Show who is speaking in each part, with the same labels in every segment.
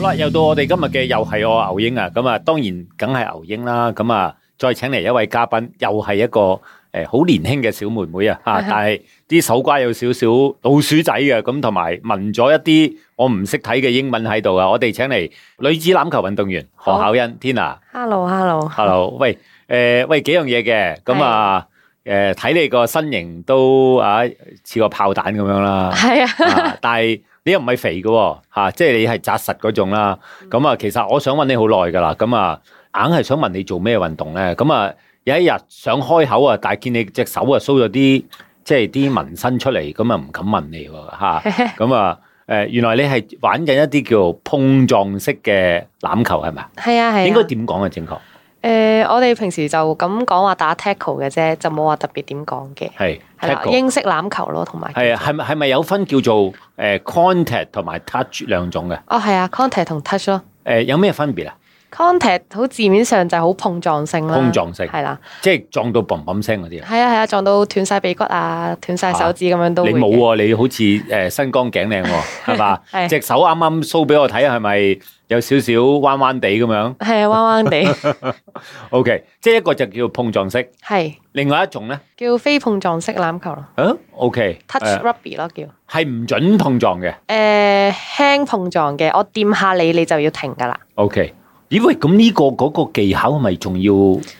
Speaker 1: 啦，又到我哋今日嘅又係我牛英啊，咁啊，當然梗係牛英啦，咁啊，再請嚟一位嘉賓，又係一個诶好、年輕嘅小妹妹啊，吓，
Speaker 2: 係係
Speaker 1: 但係啲手瓜有少少老鼠仔嘅，咁同埋紋咗一啲我唔識睇嘅英文喺度啊，我哋請嚟女子欖球運動員何
Speaker 2: 好
Speaker 1: 巧欣 Tina。
Speaker 2: Hello，Hello，
Speaker 1: Hello，喂，诶、喂，幾樣嘢嘅，咁啊，诶、睇你個身形都啊似個炮彈咁樣啦，
Speaker 2: 系啊，
Speaker 1: 啊但係你又唔係肥嘅喎，吓、即係你係扎實嗰種啦。
Speaker 2: 嗯
Speaker 1: 咁啊，其實我想揾你好耐㗎啦，咁啊，硬係想問你做咩運動咧？咁啊，有一日想開口啊，但係見你隻手啊搔咗啲即係啲紋身出嚟，咁啊唔敢問你喎，吓、 咁啊。誒、原來你係玩緊一啲叫碰撞式嘅欖球係咪啊？
Speaker 2: 係啊，
Speaker 1: 應該
Speaker 2: 係啊。
Speaker 1: 點講啊？正確
Speaker 2: 诶，我哋平時就咁講話打 tackle 嘅啫，就冇話特別點講嘅。
Speaker 1: 係
Speaker 2: 係啦，
Speaker 1: tackle
Speaker 2: 英式欖球咯，同埋
Speaker 1: 係啊，係咪係咪有分叫做誒 contact 同埋 touch 兩種嘅？誒、
Speaker 2: 哦係啊，contact 同 touch 咯。
Speaker 1: 有咩分別啊？
Speaker 2: contact 好字面上就係好碰撞性啦，
Speaker 1: 碰撞性
Speaker 2: 係啦，
Speaker 1: 即係撞到砰砰聲嗰啲啊！
Speaker 2: 係啊係啊，撞到斷晒鼻骨啊，斷晒手指咁樣都
Speaker 1: 啊你
Speaker 2: 會嘅
Speaker 1: 冇喎、你好似誒、身光頸靚 喎，係嘛？
Speaker 2: 係
Speaker 1: 隻手啱啱 show 俾我睇，係咪有少少彎彎地咁樣
Speaker 2: 係啊，彎彎地，
Speaker 1: ？OK，即係一個就叫碰撞式，
Speaker 2: 係
Speaker 1: 另外一種咧，
Speaker 2: 叫非碰撞式欖球咯
Speaker 1: 嗯、o k
Speaker 2: ，touch rugby 咯叫。
Speaker 1: 係唔準碰撞嘅。
Speaker 2: 誒輕碰撞嘅，我掂下你你就要停㗎啦。
Speaker 1: OK，咦喂，咁呢、個嗰、個技巧係咪仲要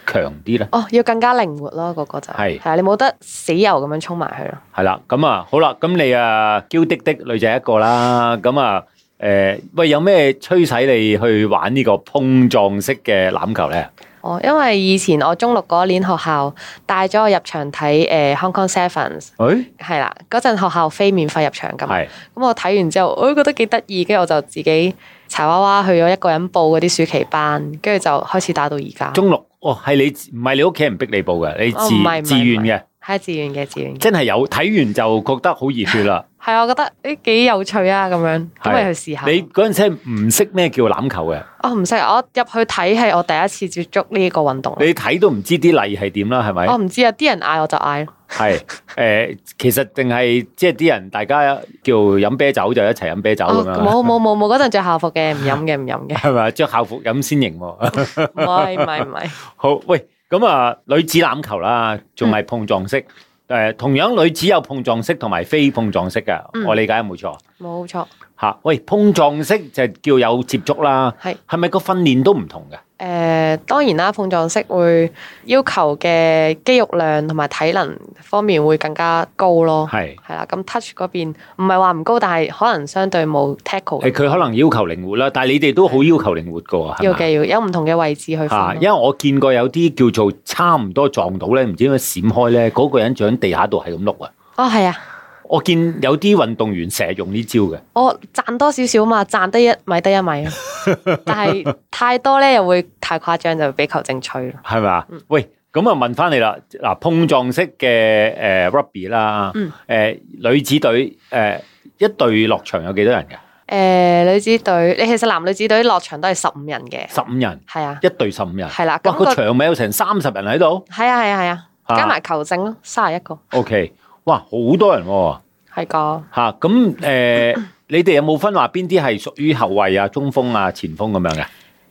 Speaker 1: 強啲咧？
Speaker 2: 哦，要更加靈活咯，嗰、個就
Speaker 1: 係
Speaker 2: 係啊，你冇得死油咁樣衝埋去咯。
Speaker 1: 系啦，咁啊，好啦，咁你啊，娇滴滴女仔一個啦，咁啊，诶、喂，有咩驅使你去玩呢個碰撞式嘅欖球咧？
Speaker 2: 哦，因為以前我中六嗰年學校帶咗我入場睇誒、呃 Hong Kong Sevens，
Speaker 1: 诶、
Speaker 2: 係啦，嗰陣學校非免費入場㗎嘛。
Speaker 1: 係
Speaker 2: 咁我睇完之後，我、覺得幾得意，跟住我就自己柴娃娃去咗一個人報嗰啲暑期班，跟住就開始打到而家。
Speaker 1: 中六，哦，係你自唔係你屋企人逼你報嘅，你
Speaker 2: 啊哦唔係唔係
Speaker 1: 自自愿嘅，
Speaker 2: 係啊自願嘅，自願嘅。
Speaker 1: 真係有睇完就覺得好熱血啦。
Speaker 2: 係啊，我覺得誒幾有趣啊，咁樣咁咪去試下。
Speaker 1: 你嗰阵时係唔識咩叫欖球嘅，
Speaker 2: 我唔識啊，我入去睇係我第一次接觸呢個運動。
Speaker 1: 你睇都唔知啲例係點啦，係咪？
Speaker 2: 我唔知啊，啲人嗌我就嗌咯。
Speaker 1: 係诶、誒其實定係即係啲人大家叫飲啤酒就一齊飲啤酒
Speaker 2: 哦
Speaker 1: 咁樣，
Speaker 2: 冇冇冇冇，嗰陣着校服嘅，唔飲嘅 唔飲嘅。
Speaker 1: 係咪着校服飲先型喎？
Speaker 2: 唔係唔係唔係，
Speaker 1: 好，喂，咁啊，女子欖球啦，仲
Speaker 2: 嗯
Speaker 1: 係碰撞式。誒、同樣女子有碰撞式同埋非碰撞式嘅，
Speaker 2: 嗯
Speaker 1: 我理解有冇錯
Speaker 2: 冇錯。
Speaker 1: 嚇、喂，碰撞式就叫有接觸啦，
Speaker 2: 係
Speaker 1: 係咪個訓練都唔同嘅？
Speaker 2: 誒、當然啦，碰撞式會要求嘅肌肉量同埋體能方面會更加高咯。
Speaker 1: 係
Speaker 2: 係啦，咁 touch 嗰邊唔係話唔高，但係可能相對冇 tackle
Speaker 1: 誒，佢
Speaker 2: 嘅
Speaker 1: 可能要求靈活啦，但係你哋都好要求靈活嘅喎，係啊
Speaker 2: 要
Speaker 1: 嘛
Speaker 2: 嘅要有唔同嘅位置去分
Speaker 1: 嚇？因
Speaker 2: 咯。
Speaker 1: 為我見過有啲叫做差唔多撞到咧，唔知點解閃開咧，嗰、個人就喺地下度係咁碌啊！
Speaker 2: 哦，係啊，
Speaker 1: 我見有啲運動員成日用呢招嘅，
Speaker 2: 我賺多少少嘛，賺得一米得一 米咯。但係太多咧又會太誇張，就會俾球證吹咯。
Speaker 1: 係咪啊？喂，咁啊問翻你啦，嗱碰撞式嘅誒 rugby 啦，誒、
Speaker 2: 嗯
Speaker 1: 女子隊誒、一隊落場有幾多人㗎？
Speaker 2: 誒、女子隊，你其實男女子隊落場都係十五人嘅，
Speaker 1: 十五人，
Speaker 2: 係啊，
Speaker 1: 一隊十五人。
Speaker 2: 係啦，
Speaker 1: 哇！
Speaker 2: 咁、
Speaker 1: 個
Speaker 2: 個
Speaker 1: 場咪有成三十人喺度
Speaker 2: 係啊係啊係啊，
Speaker 1: 啊
Speaker 2: 加埋球證咯，三十一個，
Speaker 1: ，OK，哇，好多人喎、
Speaker 2: 係個。
Speaker 1: 吓咁 誒，你哋有冇分話邊啲係屬於後衞啊、中鋒啊、前鋒咁樣嘅？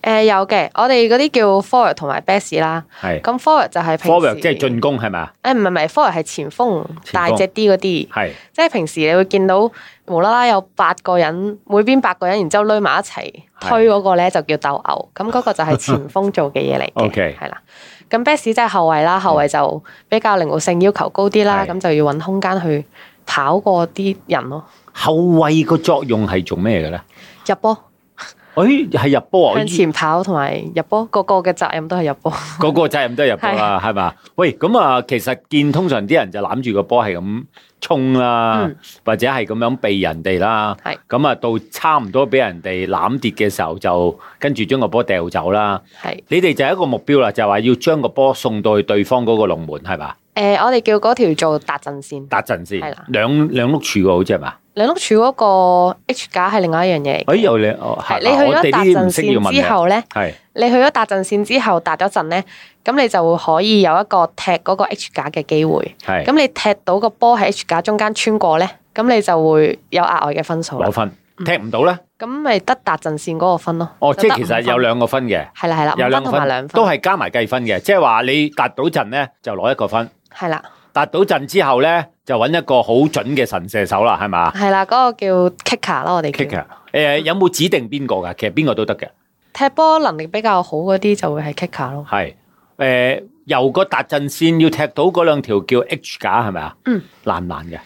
Speaker 2: 誒、有嘅，我哋嗰啲叫 forward 同埋 best 啦。
Speaker 1: 係
Speaker 2: 咁 forward 就係平時
Speaker 1: forward 即係進攻係咪啊？
Speaker 2: 誒唔係唔係 forward 係前鋒
Speaker 1: 鋒
Speaker 2: 大隻啲嗰啲，
Speaker 1: 係
Speaker 2: 即係平時你會見到無啦啦有八個人，每邊八個人，然之後攏埋一齊推嗰個咧就叫鬥牛，咁嗰個就係前鋒做嘅嘢嚟嘅，
Speaker 1: OK 嗯
Speaker 2: 係啦。咁 best 即係後衞啦，後衞就比較靈活性要求高啲啦，
Speaker 1: 係
Speaker 2: 咁就要揾空間去跑過啲人咯，
Speaker 1: 後衞個作用係做咩嘅咧？
Speaker 2: 入波
Speaker 1: 誒、係入波啊！
Speaker 2: 向前跑同埋入波，個個嘅責任都係入 波。
Speaker 1: 個個責任都係入波啦，係嘛？喂，咁啊，其實見通常啲人就攬住個波係咁衝啦，
Speaker 2: 嗯
Speaker 1: 或者係咁樣避人哋啦。
Speaker 2: 係
Speaker 1: 咁啊，到差唔多俾人哋攬跌嘅時候，就跟住將個波掉走啦。
Speaker 2: 係。
Speaker 1: 你哋就有一個目標啦，就係話要將個波送到去對方嗰個龍門，係嘛？
Speaker 2: 诶、我哋叫嗰條做達陣線，
Speaker 1: 打陣先
Speaker 2: 係啦，
Speaker 1: 兩兩碌柱喎，好似係嘛？
Speaker 2: 兩碌柱嗰個 H 架係另外一樣嘢嚟
Speaker 1: 哎，
Speaker 2: 嘅。
Speaker 1: 有你哦，
Speaker 2: 係
Speaker 1: 係
Speaker 2: 你去
Speaker 1: 我
Speaker 2: 咗達
Speaker 1: 哋呢啲
Speaker 2: 陣
Speaker 1: 唔識要問
Speaker 2: 線之
Speaker 1: 嘅，
Speaker 2: 後咧，
Speaker 1: 係
Speaker 2: 你去咗達陣線之後達咗陣咧，咁你就會可以有一個踢嗰個 H 架嘅機會。
Speaker 1: 係
Speaker 2: 咁你踢到個波喺 H 架中間穿過咧，咁你就會有額外嘅分數啦
Speaker 1: 攞。分。踢唔到咧？
Speaker 2: 咁咪得達陣線嗰個分咯。
Speaker 1: 哦，即
Speaker 2: 嗯就
Speaker 1: 係
Speaker 2: 得
Speaker 1: 其
Speaker 2: 五
Speaker 1: 實
Speaker 2: 分
Speaker 1: 有兩個分嘅，
Speaker 2: 係啦係啦，
Speaker 1: 有
Speaker 2: 五
Speaker 1: 兩
Speaker 2: 分
Speaker 1: 個
Speaker 2: 同埋兩
Speaker 1: 分，
Speaker 2: 分
Speaker 1: 都，係加埋計分嘅，即係話你達到陣咧就攞一個分，
Speaker 2: 係啦
Speaker 1: 達到陣之後咧就揾一個好準嘅神射手啦，係嘛
Speaker 2: 係啦，嗰個叫 kicker 咯，我哋叫
Speaker 1: ？Kicker，誒有冇指定邊個㗎？其實邊個都得嘅，
Speaker 2: 踢波能力比較好嗰啲就會係 kicker 咯。
Speaker 1: 係誒由個達陣線要踢到嗰兩條叫 H 架係咪啊？
Speaker 2: 嗯，
Speaker 1: 難唔難嘅？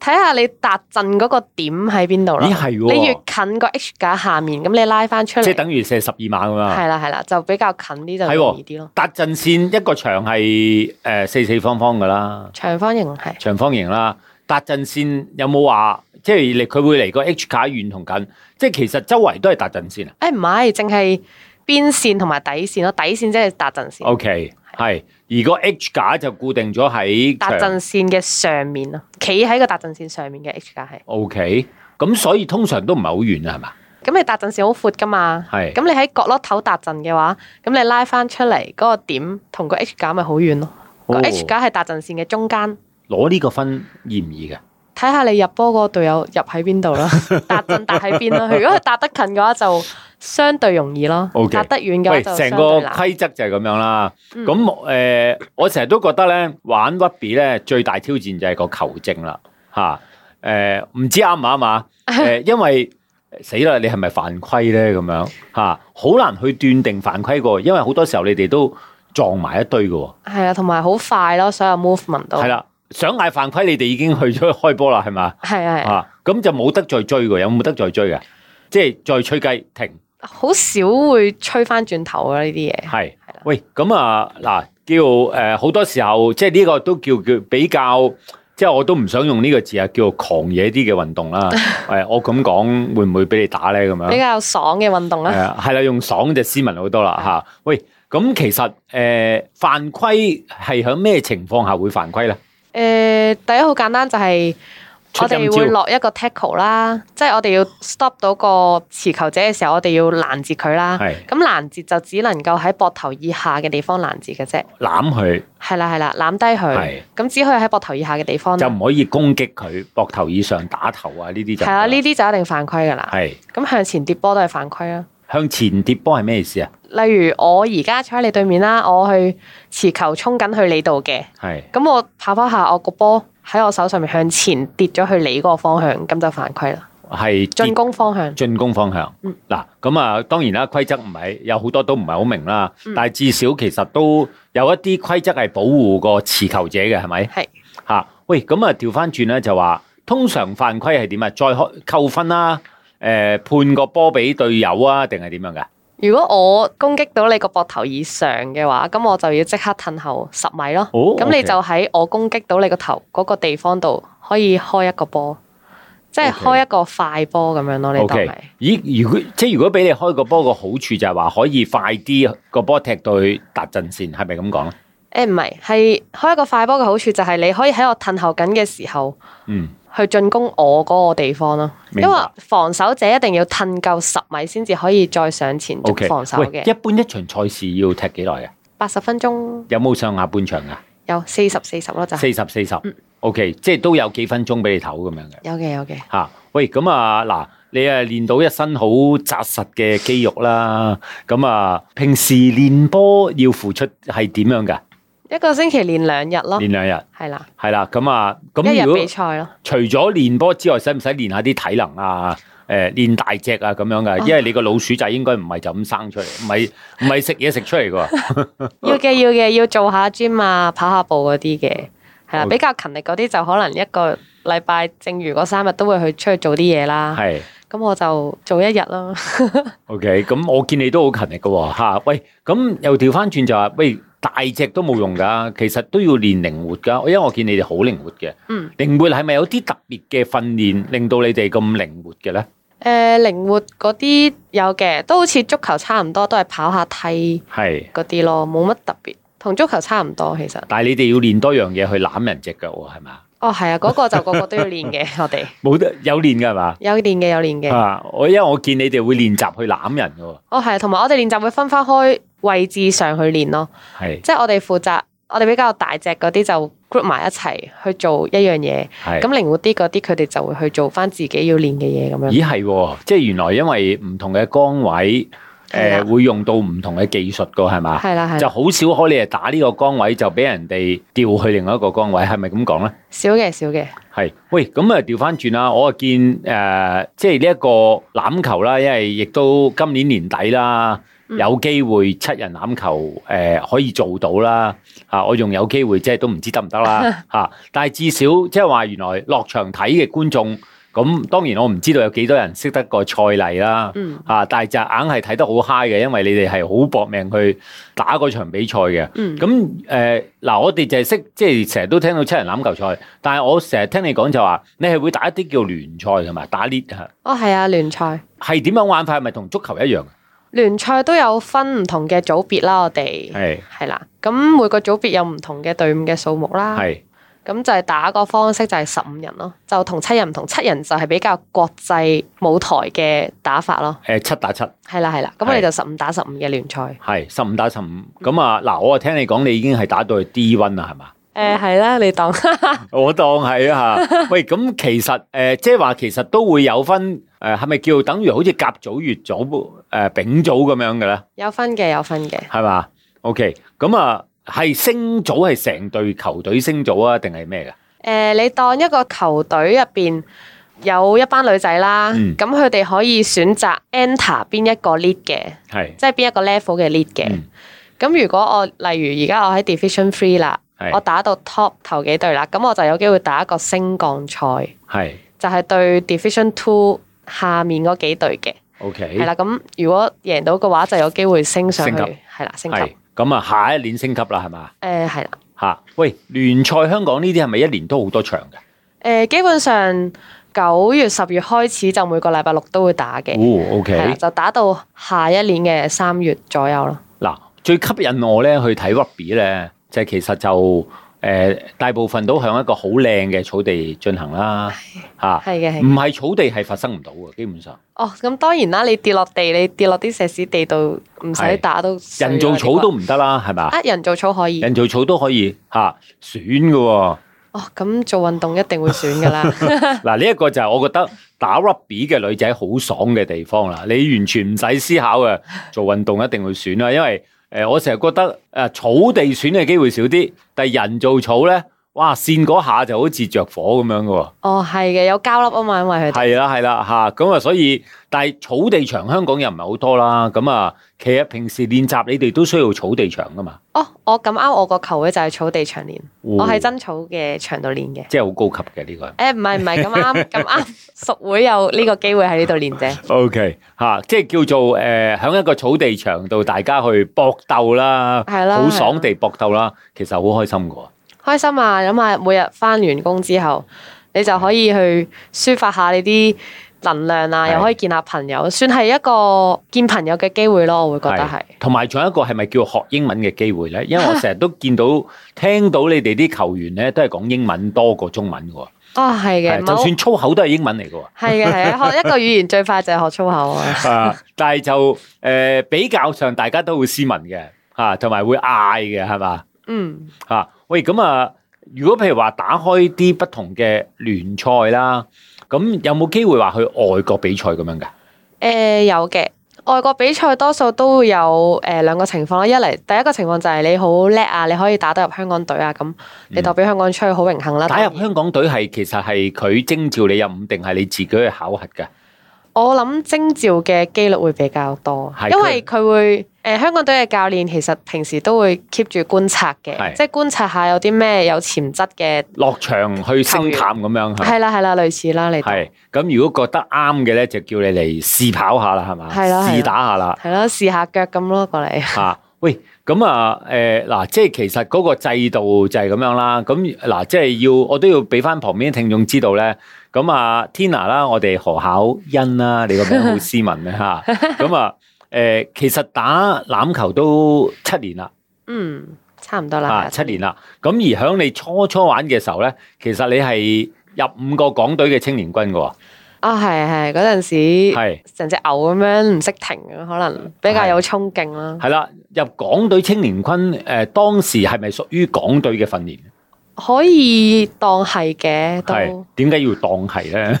Speaker 2: 睇下你達陣嗰個點喺邊度啦。
Speaker 1: 咦係喎
Speaker 2: 你越近個 H 架下面，咁你拉翻出嚟，
Speaker 1: 即係等於射十二碼咁啊！
Speaker 2: 係啦係啦，就比較近啲就
Speaker 1: 係
Speaker 2: 容易啲咯
Speaker 1: 喎，。達陣線一個場係誒四四方方㗎啦。
Speaker 2: 長方形係
Speaker 1: 長方形啦。達陣線有冇話即係你佢會嚟個 H 卡遠同近？即係其實周圍都係達陣線啊。
Speaker 2: 誒唔係，淨係邊線同埋底線咯，底線即係達陣線，
Speaker 1: OK，係。而個 H 架就固定咗喺
Speaker 2: 達
Speaker 1: 場
Speaker 2: 陣線嘅上面咯，企喺個達陣線上面嘅 H 架係。
Speaker 1: OK，咁所以通常都唔係好遠啊，係嘛？
Speaker 2: 咁你搭陣線好闊噶嘛？
Speaker 1: 係
Speaker 2: 咁你喺角落頭搭陣嘅話，咁你拉翻出嚟嗰個點同個 H 架咪好遠咯。個
Speaker 1: 哦
Speaker 2: H 架係搭陣線嘅中間，
Speaker 1: 攞呢個分易唔易嘅？
Speaker 2: 睇下你入波嗰個隊友入喺邊 度啦，搭陣搭喺邊啦。如果佢搭得近嘅話，就相對容易咯。
Speaker 1: OK
Speaker 2: 搭得遠嘅話
Speaker 1: 喂，
Speaker 2: 就
Speaker 1: 成
Speaker 2: 相
Speaker 1: 個
Speaker 2: 對難。
Speaker 1: 規則就係咁樣啦。
Speaker 2: 嗯
Speaker 1: 咁誒、呃我成日都覺得咧，玩 rugby 咧最大挑戰就係個球證啦，嚇、誒唔、知啱唔啱 啊？誒、因為死啦，你係咪犯規咧？咁樣嚇，好、難去斷定犯規個，因為好多時候你哋都撞埋一堆嘅喎。
Speaker 2: 係啊，同埋好快咯，所有 movement 都
Speaker 1: 係啦，想嗌犯規，你哋已經去咗開波啦，係 嘛？
Speaker 2: 係啊係啊，
Speaker 1: 啊，咁就冇得再追嘅，有冇得再追嘅？即係再吹雞停。
Speaker 2: 好少會吹翻轉頭啊呢啲嘢。
Speaker 1: 系
Speaker 2: 啦，
Speaker 1: 喂，咁啊，嗱，叫诶，好、多時候即係呢個都叫叫比較，即係我都唔想用呢個字啊，叫狂野啲嘅運動 啦。诶、我咁講會唔會俾你打咧？咁
Speaker 2: 比
Speaker 1: 樣
Speaker 2: 較爽嘅運動啊啦，
Speaker 1: 诶，系啦，用爽就斯文好多啦吓、喂，咁其實诶、誒犯規係喺咩情況下會犯規咧？
Speaker 2: 誒、第一好簡單就係、
Speaker 1: 出陰
Speaker 2: 我
Speaker 1: 招
Speaker 2: 哋會落一個 tackle 啦，即係我哋要 stop 到個持球者嘅時候，我哋要攔截佢啦。
Speaker 1: 係
Speaker 2: 咁攔截就只能夠喺膊頭以下嘅地方攔截嘅啫。
Speaker 1: 攬佢
Speaker 2: 係啦係啦，攬低
Speaker 1: 係
Speaker 2: 佢，咁只可以喺膊頭以下嘅地方啦。
Speaker 1: 就唔可以攻擊佢，膊頭以上打頭啊，呢啲就
Speaker 2: 係啦，呢啲就一定犯規㗎啦。
Speaker 1: 系
Speaker 2: 咁向前跌波都係犯規啦。
Speaker 1: 向前跌波係咩意思啊？
Speaker 2: 例如我而家坐喺你對面啦，我去持球衝緊去你度嘅，
Speaker 1: 係
Speaker 2: 咁我跑跑下，我個波喺我手上面向前跌咗去你嗰個方向，咁就犯規啦。
Speaker 1: 係跌
Speaker 2: 進攻方向。
Speaker 1: 進攻方向。
Speaker 2: 嗯
Speaker 1: 嗱，咁啊，當然啦，規則唔係有好多都唔係好明啦，
Speaker 2: 嗯
Speaker 1: 但係至少其實都有一啲規則係保護個持球者嘅，係咪？
Speaker 2: 係
Speaker 1: 嚇、喂，咁啊，調翻轉咧就話，通常犯規係點啊？再開扣分啦、誒、判個波俾隊友啊，定係點樣㗎？
Speaker 2: 如果我攻擊到你個膊頭以上嘅話，咁我就要即刻褪後十米咯。
Speaker 1: 哦
Speaker 2: 咁、
Speaker 1: OK
Speaker 2: 你就喺我攻擊到你個頭嗰個地方度，可以開一個波，即係
Speaker 1: OK
Speaker 2: 開一個快波咁樣咯。你當
Speaker 1: OK，
Speaker 2: 係
Speaker 1: 咦？如果即係如果俾你開個波，個好處就係話可以快啲個波踢到去達陣線，係咪咁講咧？
Speaker 2: 誒唔係，係開一個快波嘅好處就係你可以喺我褪後緊嘅時候
Speaker 1: 嗯，
Speaker 2: 去進攻我嗰個地方咯。因
Speaker 1: 明白
Speaker 2: 為防守者一定要褪夠十米先至可以再上前
Speaker 1: o k
Speaker 2: 防守
Speaker 1: 喂，一
Speaker 2: 嘅。
Speaker 1: 般一場賽事要踢幾耐嘅？
Speaker 2: 八十分鐘
Speaker 1: 有冇上下半場㗎？
Speaker 2: 有四十四十咯，就係
Speaker 1: 四十四
Speaker 2: 嗯
Speaker 1: 十，OK，即係都有幾分鐘俾你唞咁樣嘅
Speaker 2: 有嘅有嘅。
Speaker 1: 嚇。喂，咁啊嗱，你啊練到一身好扎實嘅肌肉啦，咁啊平時練波要付出係點樣㗎？
Speaker 2: 一個星期練兩日咯，
Speaker 1: 練兩日
Speaker 2: 係啦，
Speaker 1: 係啦，咁啊
Speaker 2: 哦一
Speaker 1: 咁如
Speaker 2: 日
Speaker 1: 果
Speaker 2: 比賽咯。
Speaker 1: 除咗練波之外，使唔使練下啲體能啊？誒練大隻啊咁樣
Speaker 2: 哦
Speaker 1: 㗎，因為你個老鼠仔應該唔係就咁生出嚟，唔係唔係食嘢食出嚟 㗎。
Speaker 2: 要
Speaker 1: 啊
Speaker 2: 嘅要嘅，要做下 gym 啊，跑下步嗰啲嘅，係啦，
Speaker 1: 好
Speaker 2: 比較勤力嗰啲就可能一個禮拜，正如嗰三日都會去出去做啲嘢啦。
Speaker 1: 係
Speaker 2: 咁我就做一日咯。
Speaker 1: OK，咁我見你都好勤力㗎喎嚇喂，咁又調翻轉就話，喂大隻都冇用㗎，其實都要練靈活㗎，因為我見你哋好靈活嘅。
Speaker 2: 嗯，
Speaker 1: 靈活係咪有啲特別嘅訓練令到你哋咁靈活嘅咧？
Speaker 2: 誒、靈活嗰啲有嘅，都好似足球差唔多，都係跑下梯
Speaker 1: 係，
Speaker 2: 嗰啲咯，冇乜特別，同足球差唔多其實。
Speaker 1: 但係你哋要練多樣嘢去攬人隻腳喎，係咪啊？
Speaker 2: 哦，係啊，嗰、個就個個都要練嘅，我哋
Speaker 1: 冇得有練㗎係嘛？
Speaker 2: 有練嘅有練嘅。
Speaker 1: 啊，我因為我見你哋會練習去攬人㗎喎，
Speaker 2: 哦，係啊，同埋我哋練習會分翻開位置上去練咯。
Speaker 1: 係
Speaker 2: 即係我哋負責我哋比較大隻嗰啲就 group 埋一齊去做一樣嘢，
Speaker 1: 係
Speaker 2: 咁靈活啲嗰啲佢哋就會去做翻自己要練嘅嘢咁樣。
Speaker 1: 咦係喎，即係原來因為唔同嘅崗位，
Speaker 2: 係
Speaker 1: 誒、
Speaker 2: 啦
Speaker 1: 會用到唔同嘅技術噶，係嘛？
Speaker 2: 係啦係
Speaker 1: 就
Speaker 2: 啦，
Speaker 1: 好少可你係打呢個崗位就俾人哋調去另外一個崗位，係咪咁講咧？
Speaker 2: 少嘅少嘅，
Speaker 1: 係，喂，咁啊調翻轉啦，我啊見誒、呃即係呢一個欖球啦，因為亦都今年年底啦，
Speaker 2: 嗯
Speaker 1: 有機會七人欖球誒、呃可以做到啦，嚇、我仲有機會，即係都唔知得唔得 啦嚇、但係至少即係話原來落場睇嘅觀眾，咁當然我唔知道有幾多人識得個賽例啦。
Speaker 2: 嗯
Speaker 1: 啊！但係就硬係睇得好 high 嘅，因為你哋係好搏命去打嗰場比賽嘅。
Speaker 2: 嗯，
Speaker 1: 咁誒嗱，我哋就係識，即係成日都聽到七人欖球賽，但係我成日聽你講就話，你係會打一啲叫聯賽同埋打 lead 啊
Speaker 2: 哦係啊，聯賽
Speaker 1: 係點樣玩法？係咪同足球一樣？
Speaker 2: 聯賽都有分唔同嘅組別啦，我哋
Speaker 1: 係
Speaker 2: 係啦，咁每個組別有唔同嘅隊伍嘅數目啦，
Speaker 1: 係
Speaker 2: 咁就係打個方式就係十五人咯，就同七人唔同，七人就係比較國際舞台嘅打法咯，
Speaker 1: 誒呃七打七，
Speaker 2: 係啦係啦，咁我
Speaker 1: 係
Speaker 2: 哋就十五打十五嘅聯賽。
Speaker 1: 係十五打十五。咁啊嗱，我啊聽你講，你已經係打到去 D one 啦，係嘛？
Speaker 2: 誒係啦，你當
Speaker 1: 我當係啊嚇。喂，咁其實誒、呃即係話其實都會有分呃誒，係、咪叫等於好似甲組、乙組、誒、丙組咁樣嘅咧？
Speaker 2: 有分嘅有分嘅，
Speaker 1: 係嘛？OK，咁啊，係升組係成隊球隊升組啊，定係咩嘅？
Speaker 2: 誒、呃你當一個球隊入邊有一班女仔啦，
Speaker 1: 嗯
Speaker 2: 咁佢哋可以選擇 enter 邊一個 lead 嘅，
Speaker 1: 係
Speaker 2: 即係邊一個 level 嘅 lead 嘅。
Speaker 1: 嗯
Speaker 2: 咁、如果我例如而家我喺 Division Three 啦，
Speaker 1: 係
Speaker 2: 我打到 top 頭幾隊啦，咁我就有機會打一個升降賽，
Speaker 1: 係
Speaker 2: 就係、對 Division Two 下面嗰幾隊嘅，
Speaker 1: ，OK，
Speaker 2: 係啦。咁如果贏到嘅話，就有機會升上去，
Speaker 1: 升級
Speaker 2: 係啦，升級。
Speaker 1: 係咁啊，下一年升級啦，係嘛？
Speaker 2: 誒係啦。
Speaker 1: 吓，喂，聯賽香港呢啲係咪一年都好多場嘅？
Speaker 2: 誒、基本上九月、十月開始就每個禮拜六都會打嘅，
Speaker 1: 哦
Speaker 2: 係啦，
Speaker 1: ，OK，
Speaker 2: 就打到下一年嘅三月左右咯。
Speaker 1: 嗱，最吸引我咧去睇 rugby 咧，就係其實就誒、大部分都向一個好靚嘅草地進行啦，吓，
Speaker 2: 係嘅，係
Speaker 1: 唔
Speaker 2: 嘅。
Speaker 1: 係草地係發生唔到嘅，基本上
Speaker 2: 哦，咁當然啦，你跌落地，你跌落啲石屎地度，唔使
Speaker 1: 係
Speaker 2: 打都碎
Speaker 1: 人
Speaker 2: 啦
Speaker 1: 造草都
Speaker 2: 呢
Speaker 1: 唔得啦，係
Speaker 2: 個
Speaker 1: 嘛？
Speaker 2: 啊，人造草可以。
Speaker 1: 人造草都可以吓選嘅喎。
Speaker 2: 哦，咁做運動一定會選噶啦。
Speaker 1: 嗱，呢一個就係我覺得打 rugby 嘅女仔好爽嘅地方啦。你完全唔使思考嘅，做運動一定會選啦。因為誒、呃我成日覺得誒、呃草地選嘅機會少啲，但係人造草咧，哇，跣嗰下就好似着火咁樣嘅喎。
Speaker 2: 哦，係嘅，有膠粒啊嘛，因為佢哋
Speaker 1: 係啦，係啦，吓咁啊，所以但係草地場香港又唔係好多啦。咁啊，其實平時練習你哋都需要草地場噶嘛。
Speaker 2: 哦，我咁啱我個球會就係草地場練，我喺
Speaker 1: 哦
Speaker 2: 真草嘅場度練嘅。
Speaker 1: 即係好高級嘅呢、個。
Speaker 2: 誒，唔係唔係咁啱咁啱， 屬會有呢個機會喺呢度練啫。
Speaker 1: O K，吓，即係叫做诶，响、一個草地場度，大家去搏鬥啦，
Speaker 2: 係啦
Speaker 1: 好爽地搏鬥啦，其實好開心噶。
Speaker 2: 開心啊！諗下每日翻完工之後，你就可以去抒發下你啲能量啊，
Speaker 1: 係
Speaker 2: 又可以見下朋友，算係一個見朋友嘅機會咯。我會覺得係
Speaker 1: 係同埋仲有一個係咪叫學英文嘅機會咧？因為 我成日都見到、聽到你哋啲球員咧，都係講英文多過中文噶。
Speaker 2: 啊，係嘅，
Speaker 1: 係
Speaker 2: 唔
Speaker 1: 就
Speaker 2: 好
Speaker 1: 算粗口都係英文嚟 噶。
Speaker 2: 係嘅，係嘅學一個語言最快就係學粗口啊！
Speaker 1: 啊，但係就诶、呃比較上，大家都會斯文嘅吓，同、埋會嗌嘅係嘛
Speaker 2: 嗯，
Speaker 1: 吓。啊喂，咁啊，如果譬如話打開啲不同嘅聯賽啦，咁有冇機會話去外國比賽咁樣㗎？
Speaker 2: 誒、有嘅。外國比賽多數都會有誒、兩個情況啦，一嚟第一個情況就係你好叻啊，你可以打得入香港隊啊，咁你代表香港出去好榮幸啦。
Speaker 1: 嗯打
Speaker 2: 當
Speaker 1: 入
Speaker 2: 然
Speaker 1: 香港隊係其實係佢徵召你入伍，定係你自己去考核嘅？
Speaker 2: 我諗徵召嘅機率會比較多
Speaker 1: 係，
Speaker 2: 因為佢會誒、呃香港隊嘅教練其實平時都會 keep 住觀察嘅
Speaker 1: 係，
Speaker 2: 即係觀察下有啲咩有潛質嘅，
Speaker 1: 落場去星探咁樣係嘛
Speaker 2: 係啦係啦，類似啦，你當
Speaker 1: 係咁，如果覺得啱嘅咧，就叫你嚟試跑下啦，係嘛？
Speaker 2: 係啦係啦
Speaker 1: 試打下啦
Speaker 2: 係啦，試下腳咁咯過嚟，
Speaker 1: 嚇。喂，咁啊誒嗱，即係其實嗰個制度就係咁樣啦。咁嗱，即係要我都要俾翻旁邊啲聽眾知道咧。咁啊，Tina 啦，我哋何巧欣啦，你個名好斯文啊 嚇。咁啊誒，其實打欖球都七年啦。
Speaker 2: 嗯，差唔多啦
Speaker 1: 啊，，七年啦。咁而響你初初玩嘅時候咧，其實你係入五個港隊嘅青年軍嘅喎。
Speaker 2: 啊，係係嗰陣時，
Speaker 1: 係
Speaker 2: 成隻牛咁樣唔識停嘅，可能比較有衝勁啦。
Speaker 1: 係啦，入港隊青年軍誒、呃，當時係咪屬於港隊嘅訓練？
Speaker 2: 可以當係嘅，
Speaker 1: 係
Speaker 2: 都
Speaker 1: 點解要當係咧？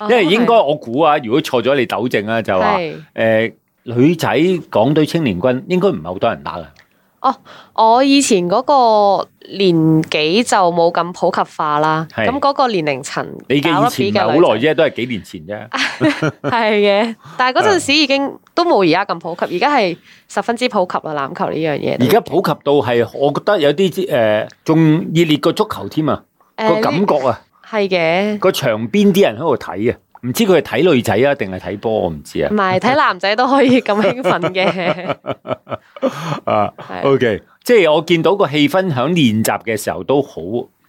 Speaker 2: 哦
Speaker 1: 因為應該我估啊，如果錯咗你糾正啊，就話誒、
Speaker 2: 係
Speaker 1: 呃女仔港隊青年軍應該唔係好多人打嘅，
Speaker 2: 我以前嗰個年紀就冇咁普及化啦，
Speaker 1: 係
Speaker 2: 咁嗰個年齡層
Speaker 1: 你嘅以前唔係好耐
Speaker 2: 啫，
Speaker 1: 啫，都係幾年前 啫。
Speaker 2: 哎係嘅。但係嗰陣時
Speaker 1: 嗯
Speaker 2: 已經都冇而家咁普及，而家係十分之普及啦，籃球呢樣嘢都。
Speaker 1: 而家普及到係，我覺得有啲誒仲熱烈過足球添啊！個
Speaker 2: 誒
Speaker 1: 感覺啊，
Speaker 2: 係嘅，
Speaker 1: 個場邊啲人喺度睇啊，唔知佢係睇女仔啊定係睇波，我唔知啊
Speaker 2: 唔。係睇男仔都可以咁興奮 嘅，嗯
Speaker 1: 啊
Speaker 2: 係
Speaker 1: ，OK，即係我見到個氣氛喺練習嘅時候都好，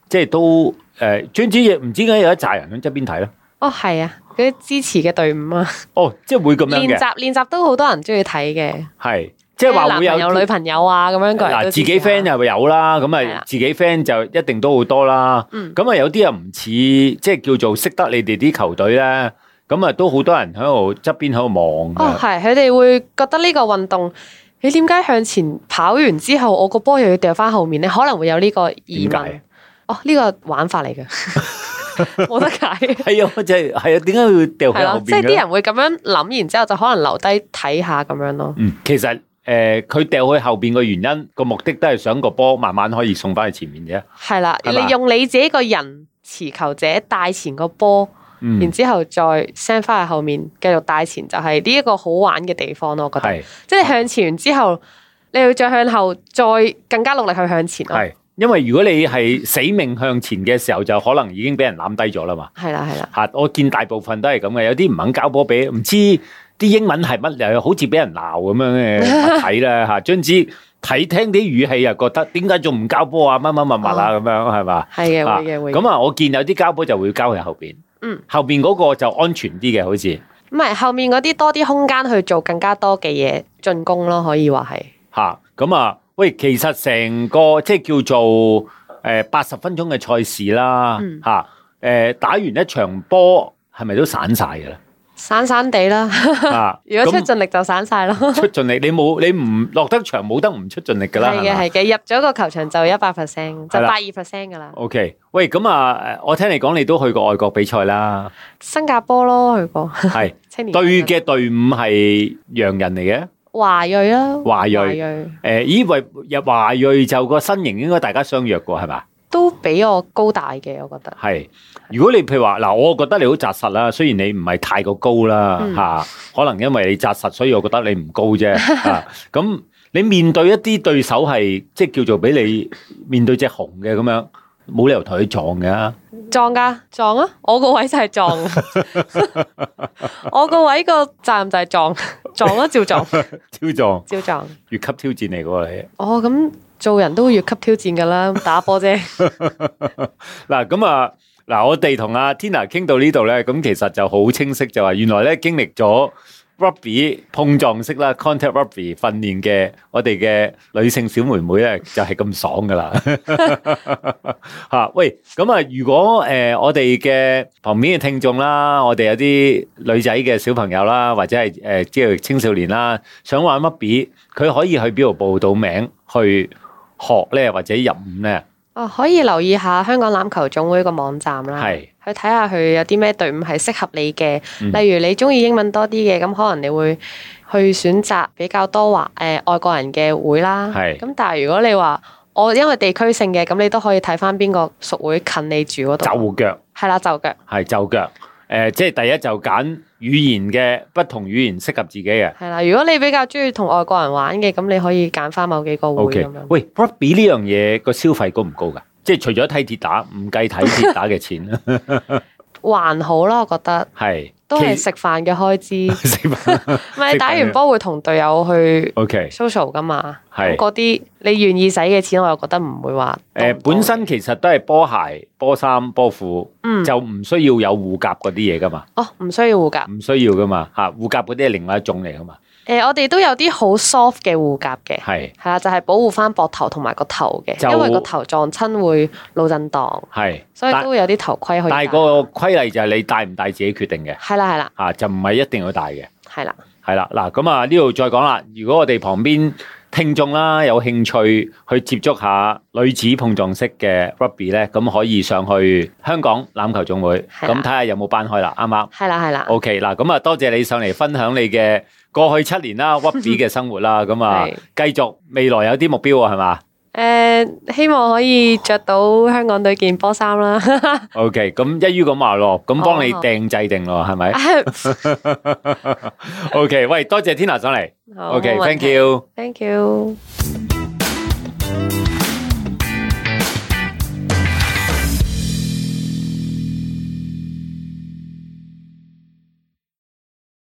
Speaker 1: 即係都誒，總之唔知點解有一紮人喺側邊睇啦。
Speaker 2: 哦係啊，嗰啲支持嘅隊伍啊，
Speaker 1: 哦，即係會咁樣
Speaker 2: 練
Speaker 1: 嘅，
Speaker 2: 習練習都好多人中意睇嘅，
Speaker 1: 係即係話
Speaker 2: 男
Speaker 1: 會有
Speaker 2: 朋友女朋友啊咁樣個人
Speaker 1: 嗱，自
Speaker 2: 都支持
Speaker 1: 己
Speaker 2: 下
Speaker 1: friend 又有啦，咁
Speaker 2: 係
Speaker 1: 啊
Speaker 2: 啊
Speaker 1: 自己 friend 就一定都好多啦。
Speaker 2: 嗯
Speaker 1: 咁啊有啲又唔似，即係叫做識得你哋啲球隊咧，咁啊都好多人喺度側邊喺度望 㗎。
Speaker 2: 哦，係，佢哋會覺得呢個運動，你點解向前跑完之後，我個波又要掉翻後面咧？可能會有呢個疑
Speaker 1: 點
Speaker 2: 問
Speaker 1: 解。
Speaker 2: 哦，呢、個玩法嚟嘅， 冇得解。
Speaker 1: 係啊，就係係啊，點解會掉
Speaker 2: 係
Speaker 1: 喺後邊
Speaker 2: 咯，即係
Speaker 1: 嘅
Speaker 2: 啲
Speaker 1: 咧？
Speaker 2: 人會咁樣諗，然之後就可能留低睇下咁樣咯。
Speaker 1: 嗯，其實誒，佢掉去後邊嘅原因個目的都係想個波慢慢可以送翻去前面啫。
Speaker 2: 係啦，
Speaker 1: 係嘛
Speaker 2: 你用你自己個人持球者帶前個波，然
Speaker 1: 嗯，
Speaker 2: 之後再 send 翻去後面繼續帶前，就係呢一個好玩嘅地方咯。我覺得，
Speaker 1: 係
Speaker 2: 即係向前完之後，你要再向後，再更加努力去向前咯。
Speaker 1: 係，因為如果你係死命向前嘅時候，就可能已經俾人攬低咗啦嘛。
Speaker 2: 係啦，係啦。
Speaker 1: 吓，我見大部分都係咁嘅，有啲唔肯交波俾，唔知啲英文係乜，又好似俾人鬧咁樣 嘅睇啦吓，總之睇聽啲語氣又覺得點解仲唔交波啊？乜乜乜乜啊咁樣係嘛？
Speaker 2: 係哦嘅，
Speaker 1: 啊
Speaker 2: 會嘅，會嘅。
Speaker 1: 咁啊，我見有啲交波就會交去後邊，
Speaker 2: 嗯，
Speaker 1: 後邊嗰個就安全啲嘅，好似
Speaker 2: 唔係後面嗰啲多啲空間去做更加多嘅嘢進攻咯，可以話係。
Speaker 1: 吓咁啊。喂，其實成個即係叫做誒八十分鐘嘅賽事啦
Speaker 2: 嗯，
Speaker 1: 吓誒、打完一場波係咪都散晒 㗎啦？
Speaker 2: 散散地啦，
Speaker 1: 啊
Speaker 2: 如果出
Speaker 1: 咁
Speaker 2: 盡力就散晒咯。
Speaker 1: 出盡力，你冇你唔落得場冇得唔出盡力噶啦，
Speaker 2: 係
Speaker 1: 係
Speaker 2: 嘅，
Speaker 1: 嘛
Speaker 2: 係嘅，入咗個球場就一百 percent，
Speaker 1: 係
Speaker 2: 就
Speaker 1: 啦
Speaker 2: 百二 percent 噶啦。
Speaker 1: ？OK，喂，咁啊，誒我聽你講你都去過外國比賽啦，
Speaker 2: 新加坡咯，去過
Speaker 1: 係
Speaker 2: 青年
Speaker 1: 對嘅隊伍係洋人嚟嘅，
Speaker 2: 華裔啦，
Speaker 1: 華裔
Speaker 2: 華裔
Speaker 1: 誒，咦喂，入華裔就個身形應該大家相若過係嘛？
Speaker 2: 都比我高大嘅，我 覺得。
Speaker 1: 係，如果你譬如話嗱，我覺得你好紮實啦，雖然你唔係太過高啦
Speaker 2: 嗯
Speaker 1: 嚇、可能因為你紮實，所以我覺得你唔高 啫嚇。咁、你面對一啲對手係即係叫做俾你面對只熊嘅咁樣，冇理由同佢撞㗎。
Speaker 2: 撞噶撞啊！我個位就係撞， 我個位個責任就係 撞，撞啊，照撞，
Speaker 1: 挑撞
Speaker 2: 照撞。
Speaker 1: 越級挑戰嚟嘅喎你。
Speaker 2: 哦，咁做人都會越級挑戰噶啦，打波啫。
Speaker 1: 嗱咁啊，嗱我哋同阿 Tina 傾到呢度咧，咁其實就好清晰就話，原來咧經歷咗 rugby 碰撞式啦，contact rugby 訓練嘅我哋嘅女性小妹妹咧，就係咁爽噶啦。吓、喂，咁啊，如果诶、呃我哋嘅旁邊嘅聽眾啦，我哋有啲女仔嘅小朋友啦，或者係诶即係青少年啦，想玩 rugby，佢可以去邊度報到名去學咧，或者入伍咧？
Speaker 2: 哦，可以留意下香港欖球總會個網站啦，
Speaker 1: 係
Speaker 2: 去睇下佢有啲咩隊伍係適合你嘅。
Speaker 1: 嗯
Speaker 2: 例如你中意英文多啲嘅，咁可能你會去選擇比較多華誒、呃外國人嘅會啦。
Speaker 1: 係
Speaker 2: 咁但係如果你話我因為地區性嘅，咁你都可以睇翻邊個屬會近你住嗰度。
Speaker 1: 就腳
Speaker 2: 係啦，就腳
Speaker 1: 係就腳，誒、即係第一就揀語言嘅不同語言適合自己嘅。
Speaker 2: 係啦。如果你比較中意同外國人玩嘅，咁你可以揀翻某幾個會
Speaker 1: O、k
Speaker 2: 咁樣。
Speaker 1: 喂 r u b b y 呢樣嘢個消費高唔高㗎？即係除咗睇鐵打，唔計睇鐵打嘅錢，
Speaker 2: 還好啦，我覺得
Speaker 1: 係
Speaker 2: 都係
Speaker 1: 其
Speaker 2: 食飯嘅開 支。
Speaker 1: 食 飯。
Speaker 2: 唔係打完波會同隊友去
Speaker 1: O K，
Speaker 2: social 噶嘛，
Speaker 1: 係
Speaker 2: 咁嗰啲你願意使嘅錢，我又覺得唔會話多
Speaker 1: 誒本身其實都係波鞋、波衫、波褲，
Speaker 2: 嗯
Speaker 1: 就唔需要有護甲嗰啲嘢㗎嘛，
Speaker 2: 哦唔需要護甲，
Speaker 1: 唔需要㗎嘛嚇，護甲嗰啲係另外一種嚟㗎嘛。
Speaker 2: 诶、我哋都有啲好 soft 嘅護甲嘅，
Speaker 1: 係
Speaker 2: 係啊啦，就係保護翻膊頭同埋個頭嘅，
Speaker 1: 就
Speaker 2: 因為個頭撞親會腦震盪，
Speaker 1: 係，
Speaker 2: 所以
Speaker 1: 但
Speaker 2: 都會有啲頭盔可以
Speaker 1: 但
Speaker 2: 戴。
Speaker 1: 係個規例就係你戴唔戴自己決定嘅，
Speaker 2: 係啦係啦
Speaker 1: 啊就唔係一定要戴嘅。
Speaker 2: 係啦，
Speaker 1: 系啦，嗱咁啊呢度再講啦。如果我哋旁邊聽眾啦有興趣去接觸下女子碰撞式嘅 rugby 咧，咁可以上去香港欖球總會，
Speaker 2: 係啦
Speaker 1: 咁睇下有冇班開啦，啱唔啱
Speaker 2: 係啦係啦，
Speaker 1: ？OK 嗱，咁啊多謝你上嚟分享你嘅過去七年啦 rugby 嘅生活 啦，咁啊
Speaker 2: 係
Speaker 1: 繼續未來有啲目標啊，係嘛
Speaker 2: 诶、希望可以着到香港隊件波 衫啦。
Speaker 1: ？OK，咁一於咁話咯，咁幫你
Speaker 2: 哦
Speaker 1: 訂制定咯，係咪 ？OK，喂，多謝 Tina 上嚟
Speaker 2: 好冇問
Speaker 1: ，OK，thank
Speaker 2: 題
Speaker 1: you。
Speaker 2: Thank you。